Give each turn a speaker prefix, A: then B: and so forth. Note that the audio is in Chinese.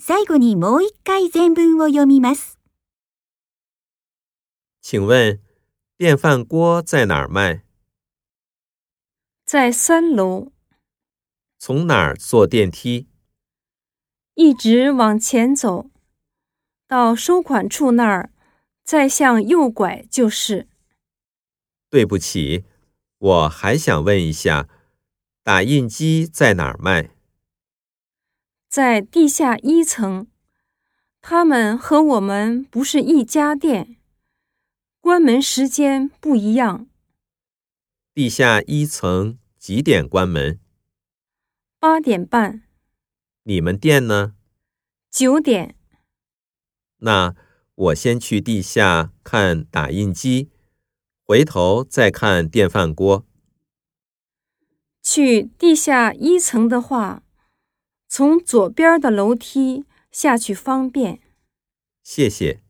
A: 最後にもう一回全文を読みます。
B: 请问电饭锅在哪儿卖？
C: 在三楼，
B: 从哪儿坐电梯？
C: 一直往前走，到收款处那儿，再向右拐就是。
B: 对不起，我还想问一下，打印机在哪儿卖？
C: 在地下一层，他们和我们不是一家店，关门时间不一样，
B: 地下一层几点关门？
C: 八点半、
B: 你们店呢？
C: 九点。
B: 那我先去地下看打印机，回头再看电饭锅。
C: 去地下一层的话，从左边的楼梯下去方便。
B: 谢谢。